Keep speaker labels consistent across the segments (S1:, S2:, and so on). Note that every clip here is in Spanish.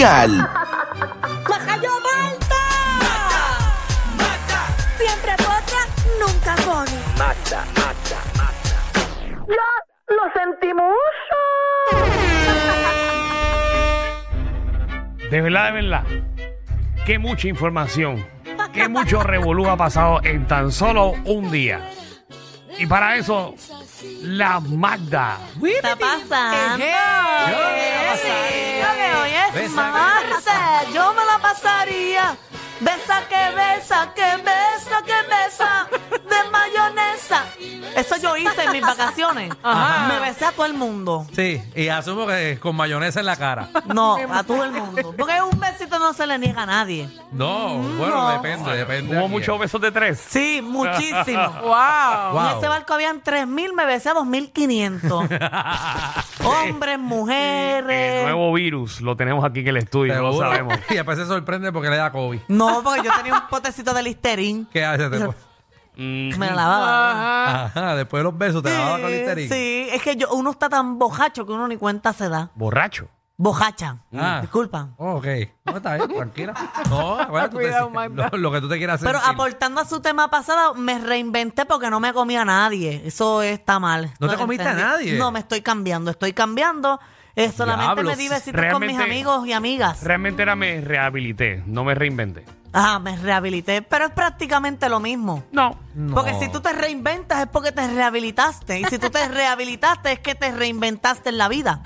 S1: mundial.
S2: ¡Majayo Malta! ¡Mata! ¡Mata! Siempre potra, nunca pone.
S3: Mata, mata, mata.
S2: ¡Ya lo sentimos!
S4: De verdad, de verdad. Qué mucha información. Qué mucho revolú ha pasado en tan solo un día. Y para eso, la Magda.
S5: Está pasando.
S6: Eh,
S4: Yo me la
S5: Yo que hoy es martes. Yo me la pasaría. Besa que besa, que besa, que besa. De mayonesa. Eso yo hice en mis vacaciones. Me besé a todo el mundo.
S7: Sí, y asumo que con mayonesa en la cara.
S5: No, a todo el mundo. Porque un besito no se le niega a nadie.
S7: No,
S5: Mm.
S7: bueno, depende, depende.
S4: Hubo
S7: a quién.
S4: muchos besos de tres.
S5: Sí, muchísimo.
S7: Wow.
S5: En ese barco habían 3.000, me besé a 2.500. Hombres, mujeres.
S4: El nuevo virus lo tenemos aquí en el estudio,
S7: Seguro.
S4: lo sabemos.
S7: Y después se sorprende porque le da COVID.
S5: No, porque yo tenía un potecito de listerín.
S7: ¿Qué hace después?
S5: Me la lavaba.
S7: Ajá, después de los besos te daba con listerina.
S5: Ah. Eh, Sí, es que yo, uno está tan bojacho que uno ni cuenta se da.
S4: Borracho.
S5: Bojacha.
S7: Ah.
S5: Disculpa.
S7: Oh, ok. No, está bien, tranquila. No, bueno, tú te- lo, lo que tú te quieras hacer.
S5: Pero aportando a su tema pasado, me reinventé porque no me comí a nadie. Eso está mal.
S7: ¿No te
S5: Estoy-
S7: comiste a nadie?
S5: No, me estoy cambiando. Estoy cambiando. Eh, solamente me
S7: Diablos.
S5: di besitos con mis
S4: Realmente-
S5: amigos y amigas.
S4: Realmente era me rehabilité, no me reinventé.
S5: Ah, me rehabilité. Pero es prácticamente lo mismo.
S4: No.
S7: No.
S5: Porque si tú te reinventas es porque te rehabilitaste. Y si tú te rehabilitaste es que te reinventaste en la vida.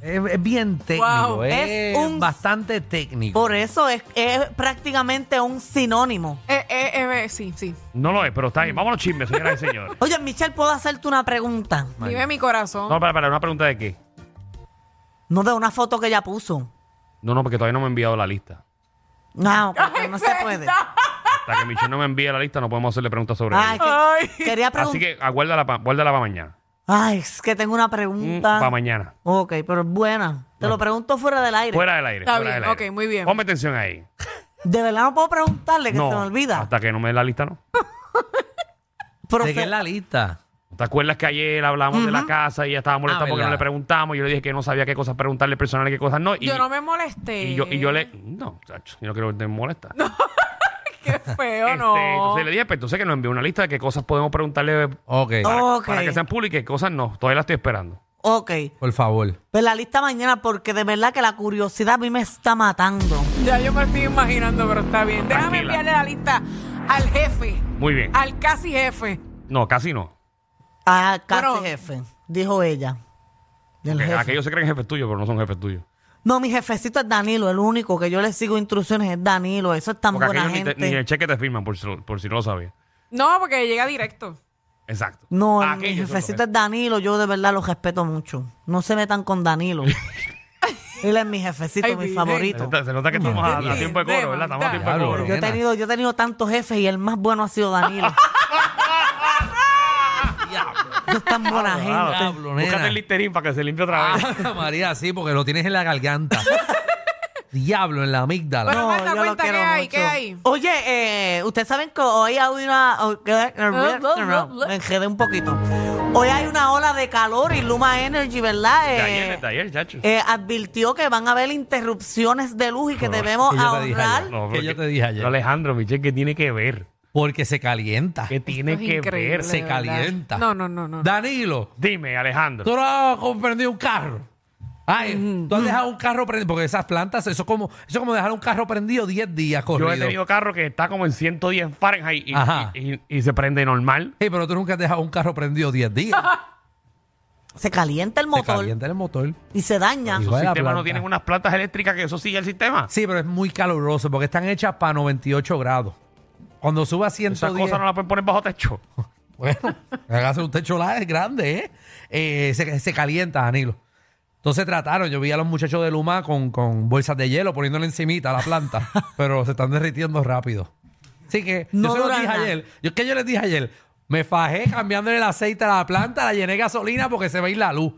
S7: Es, es bien técnico. ¿eh? es,
S5: Es un-
S7: bastante técnico.
S5: Por eso es, es prácticamente un sinónimo.
S6: Eh, eh, eh, eh, sí, sí.
S4: No lo es, pero está bien. Vámonos chismes, señoras y señores.
S5: Oye, Michelle, ¿puedo hacerte una pregunta?
S6: Dime mi corazón.
S4: No, para, para, una pregunta de qué.
S5: No de una foto que ella puso.
S4: No, no, porque todavía no me ha enviado la lista.
S5: No, porque no se puede.
S4: Hasta que Michelle no me envíe la lista, no podemos hacerle preguntas sobre
S5: Ay,
S4: ella.
S5: que-
S6: Ay.
S5: quería
S4: Así
S5: preguntar.
S4: que aguárdala para guárdala pa mañana.
S5: Ay, es que tengo una pregunta.
S4: Para Mm, mañana.
S5: ok, pero es buena. Te lo pregunto fuera del aire.
S4: Ah. Fuera del aire.
S6: Está
S4: fuera
S6: bien,
S4: del aire.
S6: ok, muy bien.
S4: Ponme atención ahí.
S5: De verdad no puedo preguntarle, que
S4: no,
S5: se me olvida.
S4: Hasta que no me dé la lista, no.
S5: Pero
S7: ¿De
S5: se-
S7: qué es la lista?
S4: ¿Te acuerdas que ayer hablamos de la casa y ella estaba molesta
S7: Ah,
S4: porque no
S7: verdad.
S4: le preguntamos? Y yo le dije que no sabía qué cosas preguntarle personal y qué cosas no. Y
S6: yo no me molesté.
S4: y yo, y yo le. No, chacho, yo no quiero que te molesta.
S6: Qué feo,
S4: Este,
S6: no.
S4: Entonces le dije, pues entonces que nos envíe una lista de qué cosas podemos preguntarle
S7: Ok,
S5: Ok,
S4: para que sean públicas y qué cosas no. Todavía la estoy esperando.
S5: ok.
S7: por favor.
S5: Pues la lista mañana porque de verdad que la curiosidad a mí me está matando.
S6: Ya yo me estoy imaginando, pero está bien. Déjame
S4: Tranquila.
S6: enviarle la lista al jefe,
S4: Muy bien.
S6: al casi jefe.
S4: No, casi no.
S5: Ah, casi
S6: Bueno.
S5: jefe, dijo ella. Del
S4: Que
S5: jefe.
S4: Eh, Aquellos se creen jefes tuyos, pero no son jefes tuyos.
S5: No, mi jefecito es Danilo, el único que yo le sigo instrucciones es Danilo, eso es tan
S4: Porque
S5: buena
S4: aquellos ni, te-
S5: gente.
S4: ni el cheque te firman, por si, lo- por si no lo sabías.
S6: No, porque llega directo.
S4: Exacto.
S5: No, mi
S4: Aquellos son los
S5: jefecito
S4: jefes.
S5: es Danilo, yo de verdad lo respeto mucho. No se metan con Danilo. Él es mi jefecito,
S6: Ay,
S5: mi
S6: virgen.
S4: Se
S5: favorito.
S4: nota, se nota que estamos a, a tiempo de coro, ¿verdad? Estamos a tiempo de
S7: Diablo,
S4: coro.
S5: Yo he,
S7: nena.
S5: tenido, yo he tenido tantos jefes y el más bueno ha sido Danilo. Eso es tan buena gente.
S7: Diablo,
S4: Búscate
S7: nena.
S4: el listerín para que se limpie otra vez.
S7: Ah, María, sí, porque lo tienes en la garganta. Diablo, en la amígdala.
S6: Bueno, Magda,
S5: yo lo
S6: cuenta,
S5: quiero
S6: ¿qué hay?
S5: mucho.
S6: ¿Qué hay?
S5: Oye, eh, ustedes saben que hoy hay una... oh,
S6: Oh,
S5: Me enredé un poquito. Hoy hay una ola de calor y Luma Energy, ¿verdad?
S4: De
S5: Eh,
S4: ayer, desde ayer, chacho.
S5: eh, advirtió que van a haber interrupciones de luz y que debemos
S7: que yo te dije
S5: ahorrar.
S7: ayer. que yo te dije ayer.
S4: Alejandro, Michelle, ¿qué tiene que ver?
S7: Porque se calienta.
S4: ¿Qué tiene
S6: Es
S4: que
S6: increíble,
S4: ver?
S7: Se
S6: de verdad.
S7: calienta.
S6: No, no, no, no.
S7: Danilo,
S4: Dime, Alejandro.
S7: tú no has comprendido un carro. Ay, tú has dejado un carro prendido. Porque esas plantas, eso es como, eso es como dejar un carro prendido 10 días
S4: Yo
S7: corrido.
S4: he tenido carro que está como en 110 Fahrenheit y,
S7: Ajá.
S4: y- y- y se prende normal.
S7: Ey, pero tú nunca has dejado un carro prendido 10 días.
S5: Se calienta el
S7: se
S5: motor
S7: calienta el motor.
S5: y se daña.
S7: Y
S4: Los
S7: Igual la
S4: sistemas no
S7: planta.
S4: tienen unas plantas eléctricas que eso sigue el sistema.
S7: Sí, pero es muy caluroso porque están hechas para 98 grados. Cuando suba a
S4: Esas
S7: 110...
S4: cosas no las pueden poner bajo techo.
S7: Bueno, hágase un techo la- es grande, ¿eh? Eh, se, se calienta, Danilo. Entonces trataron, yo vi a los muchachos de Luma con, con bolsas de hielo poniéndole encimita a la planta, pero se están derritiendo rápido. Así que
S5: No
S7: yo se los
S5: duran
S7: dije
S5: nada.
S7: ayer, yo, ¿qué yo les dije ayer? Me fajé cambiándole el aceite a la planta, la llené de gasolina porque se va a ir la luz.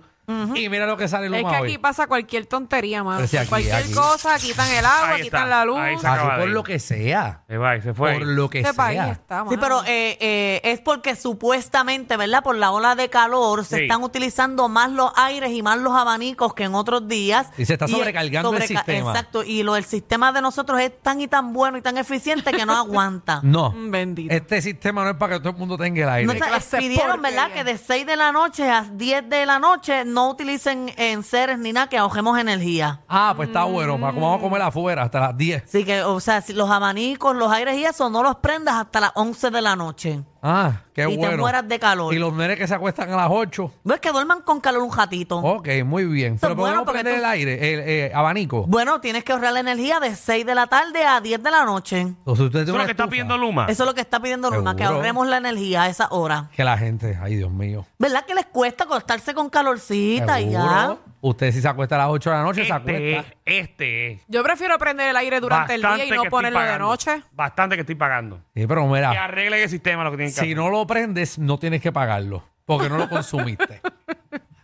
S7: Y mira lo que sale
S6: Es
S7: Luma
S6: que
S7: hoy.
S6: aquí pasa cualquier tontería, mano.
S7: Pero sí, aquí,
S6: cualquier
S7: aquí.
S6: cosa, quitan el agua,
S4: Ahí
S6: quitan
S4: está,
S6: la luz.
S4: ahí se
S7: Así
S4: acaba de
S7: por
S4: ir.
S7: lo que sea.
S4: Se va, y se fue.
S7: Por lo que
S6: Este país
S7: sea.
S6: está, mano.
S5: Sí, pero eh, eh, es porque supuestamente, ¿verdad? Por la ola de calor se
S4: Sí.
S5: están utilizando más los aires y más los abanicos que en otros días.
S7: Y se está
S5: eh,
S7: sobrecargando el sistema.
S5: Exacto, y lo, el sistema de nosotros es tan y tan bueno y tan eficiente que no aguanta.
S7: No.
S6: Mm, Bendito.
S7: Este sistema no es para que todo el mundo tenga el aire.
S5: No, o sea,
S6: clase
S5: eh, pidieron, ¿verdad? Que
S6: porquería.
S5: de 6 de la noche a 10 de la noche no utilicen en seres ni nada que ahorremos energía.
S7: Ah, pues está bueno. pa- ¿Cómo vamos a comer
S5: Mm.
S7: afuera hasta las 10?
S5: Así que, o sea, si los abanicos, los aires y eso, no los prendas hasta las 11 de la noche.
S7: Ah, qué
S5: y
S7: bueno.
S5: te mueras de calor.
S7: Y los nenes que se acuestan a las 8.
S5: Ves que duerman con calor un ratito.
S7: Ok, muy bien.
S5: Oh. Eso
S7: Pero
S5: es bueno
S7: podemos
S5: porque
S7: prender
S5: tú-
S7: el aire, el eh, abanico.
S5: Bueno, tienes que ahorrar la energía de 6 de la tarde a 10 de la noche.
S7: Entonces usted
S4: Eso
S7: tiene
S4: es
S7: una
S4: lo que está
S7: excusa.
S4: pidiendo Luma.
S5: Eso es lo que está pidiendo Luma, que
S7: Ah. Seguro.
S5: ahorremos la energía a esa hora.
S7: Que la gente, ay Dios mío.
S5: ¿Verdad que les cuesta acostarse con calorcita y ya?
S7: Seguro. Usted si se acuesta a las 8 de la noche, se
S4: Este es,
S7: acuesta.
S4: este es.
S6: Yo prefiero prender el aire durante
S4: Bastante
S6: el día y
S4: que
S6: no
S4: estoy
S6: ponerlo de
S4: pagando.
S6: noche.
S4: Bastante que estoy pagando.
S7: Sí, pero
S4: Que
S7: mira,
S4: arreglen el sistema lo que tienen que
S7: si
S4: hacer.
S7: no lo prendes, no tienes que pagarlo. Porque no lo consumiste.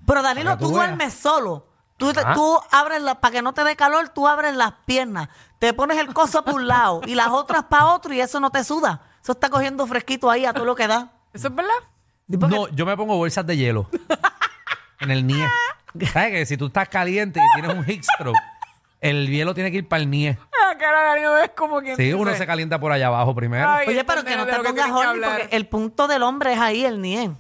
S5: Pero Danilo,
S7: Para que
S5: tú
S7: tú veas. Ah.
S5: duermes solo. Tú, te-
S7: Ajá.
S5: tú abres, la, para que no te dé calor, tú abres las piernas, te pones el coso por un lado y las otras para otro y eso no te suda. Eso está cogiendo fresquito ahí a todo lo que da.
S6: ¿Eso es verdad?
S7: No, yo me pongo bolsas de hielo en el nie. ¿Sabes que si tú estás caliente y tienes un heat stroke, el hielo tiene que ir para el nie.
S6: La Ah, cara de Danilo es como quien
S7: Sí,
S6: dice,
S7: uno se calienta por allá abajo primero.
S6: Ay,
S5: Oye,
S6: este
S5: pero que
S6: nene
S5: no
S6: de
S5: te
S6: lo
S5: pongas
S6: tiene que
S5: horny porque
S6: hablar.
S5: el punto del hombre es ahí, el nie.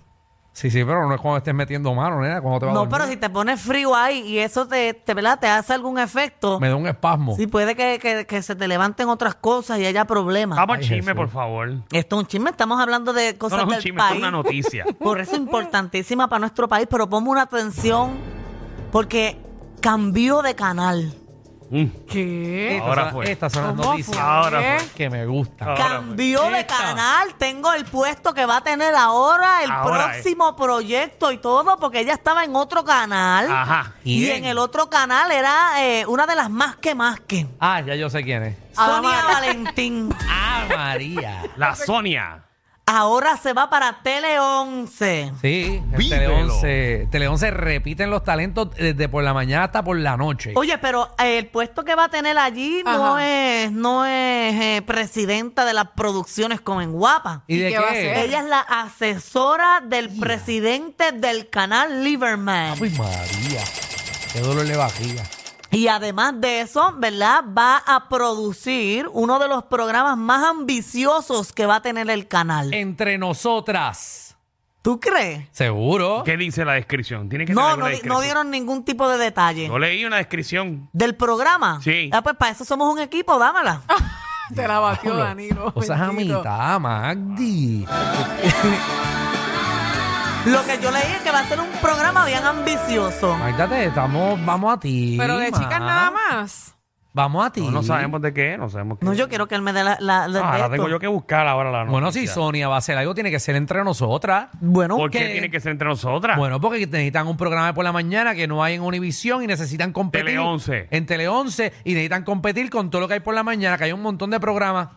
S7: Sí, sí, pero no es cuando estés metiendo mano, nena, cuando te va a
S5: No,
S7: dormir.
S5: pero si te pones frío ahí y eso te, te, ¿verdad? te hace algún efecto,
S7: Me da un espasmo.
S5: sí puede que, que- que se te levanten otras cosas y haya problemas.
S4: Vamos
S7: Ay,
S4: chisme,
S7: Jesús.
S4: por favor. No,
S5: Esto es un chisme, estamos hablando de
S4: Ah, no
S5: cosas
S4: es un
S5: del
S4: chisme, esto es
S5: país.
S4: una noticia.
S5: Por eso es importantísima para nuestro país, pero ponme una atención porque cambió de canal.
S4: Mm.
S6: ¿Qué?
S7: Estas
S4: Ahora
S7: son-
S4: fue.
S7: Estas son las
S6: ¿Cómo
S7: noticias
S6: fue?
S4: Ahora
S5: ¿Eh?
S6: ¿Qué?
S4: fue.
S7: que me gustan.
S4: Ahora,
S5: Cambió de
S7: Esta.
S5: canal, tengo el puesto que va a tener ahora, el
S4: Ahora, eh.
S5: próximo proyecto y todo, porque ella estaba en otro canal.
S4: Ajá.
S5: Y
S7: ¿Quién?
S5: en el otro canal era eh, una de las más que más que.
S7: Ah, ya yo sé quién es.
S5: Sonia Valentín.
S7: Ah, María.
S4: La Sonia.
S5: Ahora se va para Tele 11.
S7: Sí, en Tele
S4: Vívelo.
S7: 11, Tele 11 repiten los talentos desde por la mañana hasta por la noche.
S5: Oye, pero eh, el puesto que va a tener allí no
S6: Ajá.
S5: es, no es eh, presidenta de las producciones como en Guapa.
S7: ¿Y
S6: ¿y
S7: de
S6: qué va a
S7: qué?
S6: hacer?
S5: Ella es la asesora del presidente del canal Liverman.
S7: Uy, María. Qué dolor de vajilla.
S5: Y además de eso, ¿verdad? Va a producir uno de los programas más ambiciosos que va a tener el canal.
S7: Entre nosotras.
S5: ¿Tú crees?
S7: Seguro.
S4: ¿Qué dice la descripción? Tiene que
S5: No,
S4: tener
S5: no,
S4: una
S5: di-
S4: descripción.
S5: no dieron ningún tipo de detalle.
S4: Yo leí una descripción.
S5: ¿Del programa?
S4: Sí.
S5: Ah, pues para eso somos un equipo, dámela.
S6: Te la batió
S7: Pablo,
S6: Danilo.
S7: Cosas a
S6: bendito.
S7: mitad, Magdi.
S5: Lo que yo leí es que va a ser un programa bien ambicioso.
S7: Magda, te estamos, vamos a ti.
S6: Pero de chicas
S7: ma.
S6: nada más.
S7: Vamos a ti.
S4: No, no sabemos de qué, no sabemos qué.
S5: No, yo quiero que él me dé la... la- la-
S4: Ah,
S5: de
S4: la
S5: esto.
S4: tengo yo que buscar ahora la noticia.
S7: Bueno, si Sonia va a hacer algo, tiene que ser entre nosotras.
S5: Bueno,
S4: ¿Por qué
S7: que-
S4: tiene que ser entre nosotras?
S7: Bueno, porque necesitan un programa por la mañana que no hay en Univisión y necesitan competir.
S4: Tele 11.
S7: En Tele 11 y necesitan competir con todo lo que hay por la mañana, que hay un montón de programas.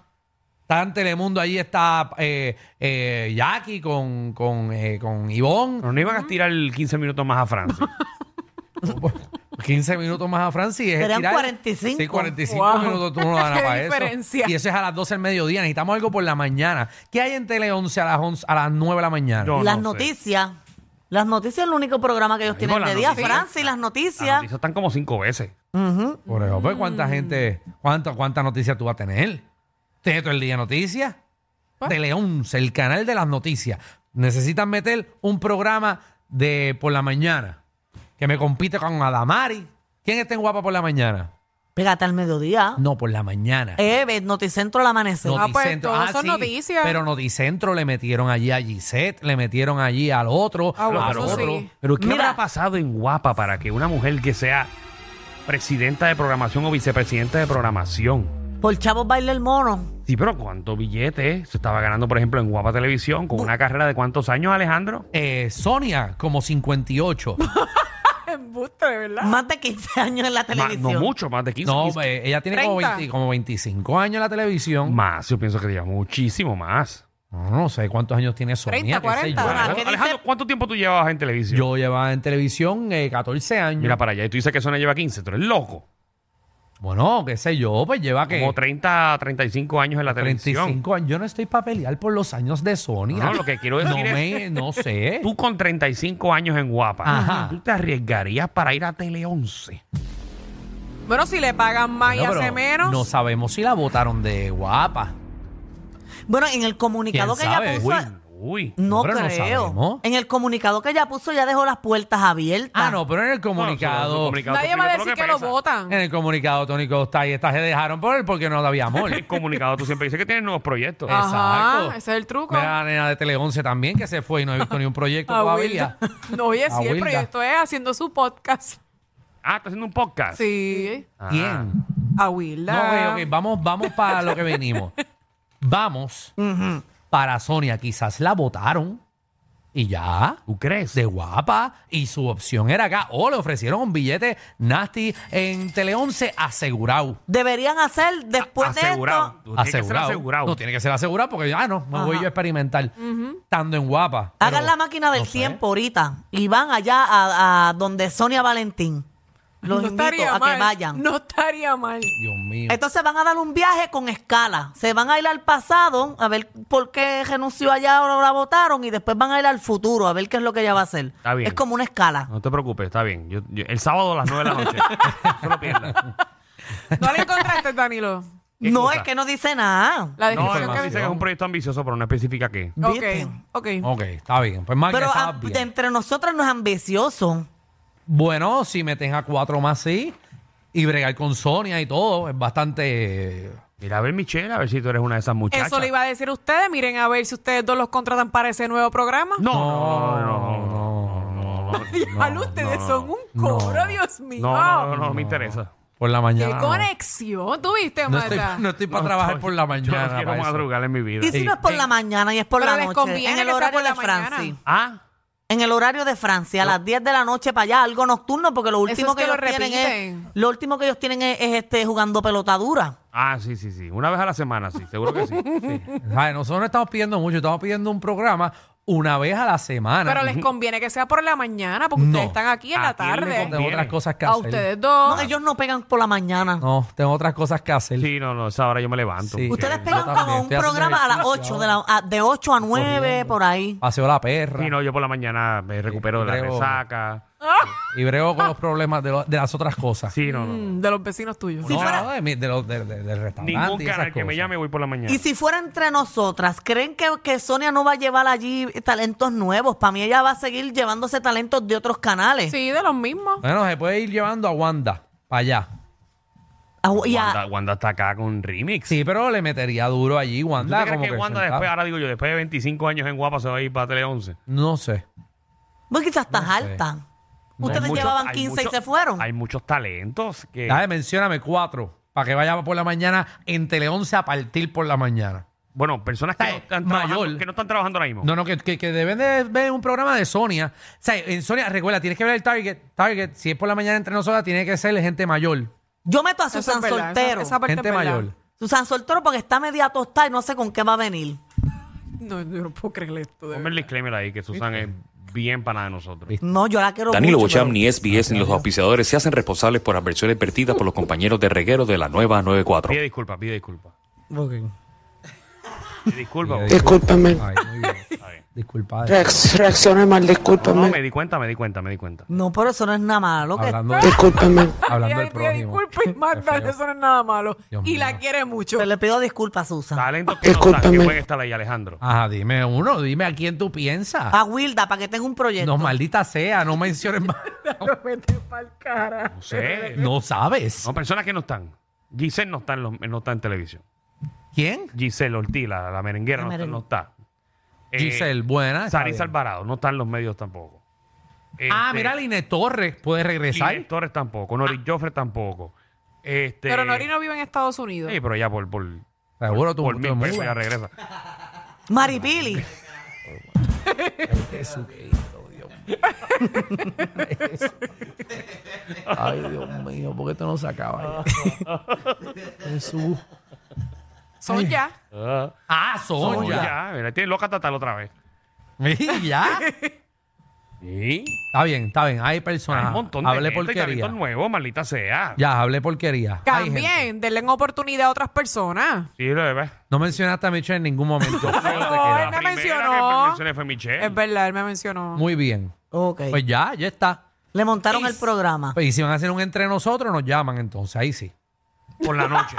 S7: Está en Telemundo, ahí está eh, eh, Jackie con, con, eh, con Ivonne.
S4: Pero no iban a tirar 15 minutos más a Francia.
S7: 15 minutos más a Francis. Es
S5: Serían
S7: estirar-
S5: 45.
S7: Sí, 45
S6: Wow.
S7: minutos tú no lo ganas
S6: Qué
S7: para eso.
S6: diferencia.
S7: Y eso es a las 12 del mediodía. Necesitamos algo por la mañana. ¿Qué hay en Tele 11 a las, 11 a las 9 de la mañana?
S4: Yo
S5: las
S4: no sé.
S5: noticias. Las noticias es el único programa que ellos
S4: Ay,
S5: tienen
S4: con
S5: de
S4: las
S5: día.
S4: noticias.
S5: Francia y las
S4: Las
S5: noticias.
S4: noticias están como cinco veces.
S5: Ujú.
S7: Por eso, pues,
S6: Mm.
S7: ¿cuánta gente, cuánta, cuánta noticias tú vas a tener? Tienes todo el día noticias.
S6: Pues.
S7: Tele 11, el canal de las noticias. Necesitan meter un programa de por la mañana que me compite con Adamari. ¿Quién está en guapa por la mañana?
S5: Pégate al mediodía.
S7: No, por la mañana.
S5: Eh, ve, Noticentro al amanecer.
S6: No. Ah, pues, todo son noticias.
S7: Pero Noticentro le metieron allí a Gisette, le metieron allí al otro,
S6: Ah, bueno,
S7: al
S6: eso
S7: otro.
S6: sí.
S4: Pero ¿qué
S5: Mira.
S4: habrá pasado en Guapa para que una mujer que sea presidenta de programación o vicepresidenta de programación?
S5: Por chavos baila el mono.
S4: Sí, pero ¿cuántos billetes se estaba ganando, por ejemplo, en Guapa Televisión con una carrera de cuántos años, Alejandro?
S7: Eh, Sonia, como 58.
S6: Embuste, de verdad.
S5: Más de 15 años en la
S4: Ma-
S5: televisión.
S4: no mucho, más de 15.
S7: no,
S4: 15.
S7: eh, ella tiene como,
S6: 30.
S7: 20 como 25 años en la televisión.
S4: Más, yo pienso que lleva muchísimo más.
S7: No, no sé cuántos años tiene Sonia.
S6: 30,
S7: qué sé yo.
S6: 40, una.
S4: Alejandro,
S5: ¿qué dice?
S4: Alejandro, ¿cuánto tiempo tú llevabas en televisión?
S7: Yo llevaba en televisión eh, 14 años.
S4: Mira para allá, y tú dices que Sonia lleva 15, tú eres loco.
S7: Bueno, qué sé yo, pues lleva que
S4: Como 30, 35 años en la televisión.
S7: 35 años. Yo no estoy para pelear por los años de Sonia.
S4: No, lo que quiero
S7: no,
S4: decir es-
S7: me- no sé.
S4: Tú con 35 años en Guapa,
S7: Ajá.
S4: ¿tú te arriesgarías para ir a Tele 11?
S6: Bueno, si le pagan más y
S7: Bueno,
S6: hace
S7: pero
S6: menos.
S7: No sabemos si la votaron de guapa.
S5: Bueno, en el comunicado que
S7: ¿Quién sabe?
S5: ella puso.
S4: Uy, uy.
S5: No
S7: Hombre, no
S5: creo.
S7: sabemos.
S5: en el comunicado que ella puso, ya dejó las puertas abiertas.
S7: Ah, no, pero en el
S4: No,
S7: comunicado.
S4: eso- eso-
S6: Nadie
S4: tú
S6: va a
S4: pides todo
S6: decir
S4: lo
S6: que,
S4: que
S6: lo
S4: pesa.
S6: votan.
S7: en el comunicado, Tony Costa y estas se dejaron por él porque no había amor.
S4: El comunicado, tú siempre dices que tienes nuevos proyectos.
S6: Ah. Ajá,
S7: Exacto.
S6: ese es el truco.
S7: Mira la nena de Tele 11 también que se fue y no he visto ni un proyecto
S6: A
S7: todavía.
S6: Wilda. No, oye,
S7: A
S6: sí, el
S7: Wilda.
S6: proyecto es haciendo su podcast.
S4: Ah, está haciendo un podcast.
S6: Sí.
S4: Ah.
S7: ¿Quién?
S6: A
S7: No,
S6: Wilda.
S7: ok, ok, vamos, vamos para lo que venimos. Vamos para Sonia. Quizás la votaron y ya.
S4: ¿Tú crees?
S7: De guapa. Y su opción era acá. O le ofrecieron un billete nasty en Tele 11 asegurado.
S5: Deberían hacer después
S4: asegurado.
S5: Pues de esto.
S4: Tú tienes que ser asegurado.
S7: No tiene que ser asegurado porque ah, no, me voy
S5: Ajá.
S7: yo a experimentar estando en guapa.
S5: Hagan
S7: Pero
S5: la máquina del
S7: no sé.
S5: tiempo ahorita y van allá a, a donde Sonia Valentín. Los
S6: No
S5: invito
S6: estaría
S5: a
S6: mal.
S5: que vayan.
S6: No estaría mal.
S7: Dios mío.
S5: Entonces van a dar un viaje con escala. Se van a ir al pasado a ver por qué renunció allá o la votaron y después van a ir al futuro a ver qué es lo que ella va a hacer.
S4: Está bien.
S5: Es como una escala.
S4: No te preocupes, está bien. Yo- yo- el sábado a las 9 de la noche. Eso no pierdas.
S6: No la encontraste, Danilo.
S4: ¿Qué
S5: No,
S4: cosa?
S5: es que no dice nada.
S6: La
S4: No,
S6: descripción
S4: además
S6: que
S4: dice que es un proyecto ambicioso, pero no especifica qué.
S5: ¿Viste?
S6: Ok, ok.
S7: Ok, está bien. Pues más que
S5: Pero
S7: estaba
S5: a-
S7: bien.
S5: de entre nosotros no es ambicioso.
S7: Bueno, si meten a cuatro más, sí. Y bregar con Sonia y todo. Es bastante.
S4: Mira, a ver, Michelle, a ver si tú eres una de esas muchachas.
S6: Eso le iba a decir a ustedes. Miren a ver si ustedes dos los contratan para ese nuevo programa.
S4: No, no, no, no, no.
S7: no, no,
S6: Ay, Al, ustedes son un
S7: no.
S6: coro, Dios mío.
S4: No, no, no, no, me interesa.
S7: Por la
S6: Qué
S7: mañana. no.
S6: conexión tuviste,
S7: No
S6: Marta.
S7: estoy, no estoy para
S4: No,
S7: trabajar
S4: no,
S7: por la
S4: Yo no
S7: mañana.
S4: quiero
S7: para eso.
S4: madrugar en mi vida.
S5: Y si
S7: Sí.
S5: no es por
S7: Sí.
S5: la mañana y es por
S6: Pero
S5: la
S6: les
S5: noche.
S6: conviene
S5: En
S6: que
S5: el
S6: sea
S5: horario
S6: por la
S5: de
S6: mañana.
S5: Franci.
S4: Ah,
S5: En el horario de Francia, a las 10 de la noche para allá, algo nocturno, porque lo último
S6: es que
S5: ellos
S6: lo
S5: tienen
S6: repiten.
S5: es, lo último que ellos tienen es, es, este jugando pelotadura.
S4: ah, sí, sí, sí. Una vez a la semana, sí, seguro que sí.
S7: ¿Sabes? Nosotros no estamos pidiendo mucho. Estamos pidiendo un programa una vez a la semana.
S6: Pero les conviene que sea por la mañana porque
S7: No.
S6: ustedes están aquí en
S4: ¿A
S6: la
S4: quién le
S6: tarde.
S4: conviene?
S7: Tengo otras cosas que
S6: A
S7: hacer.
S6: ustedes
S5: No,
S6: dos.
S5: ellos no pegan por la mañana.
S7: No, tengo otras cosas que hacer.
S4: Sí, no, no, esa hora yo me levanto.
S7: Sí.
S5: Ustedes
S7: Yo
S5: pegan
S7: también,
S5: como un
S7: estoy haciendo
S5: programa a las
S7: ejercicio
S5: 8 de, la, a- de 8 a 9, por ahí.
S7: Paseo la perra.
S4: Sí, no, yo por la mañana me recupero de la
S7: creo-
S4: resaca.
S7: Y brego con los problemas de, lo- de las otras cosas.
S4: Sí, no, no.
S6: Mm, de los vecinos tuyos.
S7: No, no, de, mi- de los- de- de- del restaurante.
S4: Ningún
S7: y esas
S4: canal que me
S7: cosas.
S4: llame voy por la mañana.
S5: Y si fuera entre nosotras, ¿creen que, que Sonia no va a llevar allí talentos nuevos? Para mí ella va a seguir llevándose talentos de otros canales.
S6: Sí, de los mismos.
S7: Bueno, se puede ir llevando a Wanda para allá.
S5: A- y a-
S4: Wanda, Wanda está acá con remix.
S7: Sí, pero le metería duro allí
S4: ¿Tú
S7: Wanda.
S4: te crees
S7: como
S4: que
S7: que
S4: Wanda
S7: sentada.
S4: después, ahora digo yo, después de 25 años en Guapa se va a ir para Tele 11?
S7: No sé.
S5: pues quizás estás
S7: sé.
S5: alta. Ustedes
S4: Hay muchos-
S5: llevaban
S4: hay
S5: 15 y
S4: muchos-
S5: se fueron.
S4: Hay muchos talentos que...
S7: Dale, mencióname cuatro para que vaya por la mañana en Tele 11 a partir por la mañana.
S4: Bueno, personas que
S7: Ay,
S4: no, están trabajando-
S7: mayor.
S4: que no están trabajando ahora mismo.
S7: No, no, que, que- que deben de ver un programa de Sonia. O sea, en Sonia, recuerda, tienes que ver el Target. Target, si es por la mañana entre nosotras, tiene que ser gente mayor.
S5: Yo meto a
S6: Eso es
S5: Susan
S6: verdad, esa-
S5: Soltero.
S6: esa parte
S7: gente
S6: es verdad.
S7: mayor.
S5: Susan Soltero porque está media tostada y no sé con qué va a venir.
S6: No, yo no puedo creerle esto. de
S4: Ponme el disclaimer ahí que Susan es bien para nada de nosotros.
S7: ¿Viste?
S5: No, yo la quiero
S1: Danilo
S5: mucho,
S1: Bocham,
S5: pero-
S1: ni SBS, ni los auspiciadores se hacen responsables por adversiones vertidas por los compañeros de reguero de la nueva 94.
S4: Pide disculpas, pide disculpas. Pide disculpas.
S7: Pide
S4: porque-
S8: Discúlpame.
S7: Ay, muy bien. Disculpa.
S8: Reacc- reaccioné mal,
S4: No,
S8: discúlpame.
S4: me di cuenta, me di cuenta, me di cuenta.
S5: No, pero eso no es nada malo. Que...
S7: Hablando, de-
S8: Discúlpame.
S7: hablando
S6: Ay,
S7: del
S6: pide
S7: prójimo.
S6: Disculpa y Magda,
S7: feo.
S6: eso no es nada malo.
S7: Dios
S6: y la
S7: mío.
S6: quiere mucho.
S5: Pero le pido disculpas a Susan.
S4: Talentos que no están, que
S8: Discúlpame.
S4: pueden estar ahí, Alejandro.
S7: Ajá, dime uno, dime a quién tú piensas.
S6: Ah,
S5: A Wilda para que tenga un proyecto.
S7: No, maldita sea, no menciones más.
S4: No sé.
S7: No sabes.
S4: No, personas que no están. Giselle no está en, los- no está en televisión.
S7: ¿Quién?
S4: Giselle Ortiz, la, la
S5: La
S4: merenguera, no, está-
S5: merengue-
S4: no está. Eh,
S7: Giselle, buena. está
S4: Saris
S7: bien.
S4: Alvarado, no está en los medios tampoco.
S7: Ah,
S4: Este,
S7: mira, Line Torres puede regresar.
S4: Inés Torres tampoco, Nori Joffre tampoco. Este,
S6: Ah. Pero Nori no vive en Estados Unidos.
S4: Sí, pero ya por, por,
S7: Seguro Ah, tú,
S4: por
S7: tú
S4: mil
S7: eres muy
S4: pesos ya
S7: buena.
S4: regresa.
S5: Maripili.
S7: Ay, Dios mío, ¿por qué esto no se acaba ya? Jesús.
S6: Son ya.
S7: Ah,
S4: Son
S7: Sonia.
S4: ya. Mira, tiene loca tatal otra vez.
S7: Y ya.
S4: Sí.
S7: Está bien, está bien. Hay personas.
S4: Hay un montón de
S7: hablé
S4: gente y
S7: Ah, porquería.
S4: talento nuevo, maldita sea.
S7: Ya, hablé porquería. Hay gente.
S6: También, denle oportunidad a otras personas.
S4: Sí, lo es.
S7: No mencionaste a Michelle en ningún momento.
S6: No, él
S4: La
S6: me
S4: primera
S6: mencionó.
S4: que mencioné fue Michelle.
S6: Es
S7: Mm.
S6: verdad, él me mencionó.
S7: Muy bien.
S5: Ok.
S7: Pues ya, ya está.
S5: Le montaron el programa.
S7: Pues, y si van a hacer un entre nosotros, nos llaman entonces. Ahí sí.
S4: Por la noche.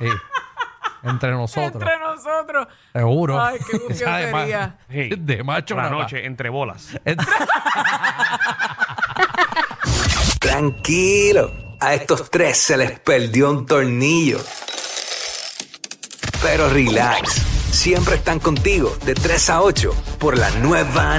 S7: Sí. Entre nosotros.
S6: Entre nosotros.
S7: Seguro.
S6: Ay, qué bufión
S7: Esa de ma-
S6: sería.
S4: Sí.
S7: De macho
S4: Por la
S7: nada más.
S4: noche, entre bolas.
S7: Entre-
S8: Tranquilo, a estos tres se les perdió un tornillo. Pero relax, siempre están contigo de 3 a 8 por la nueva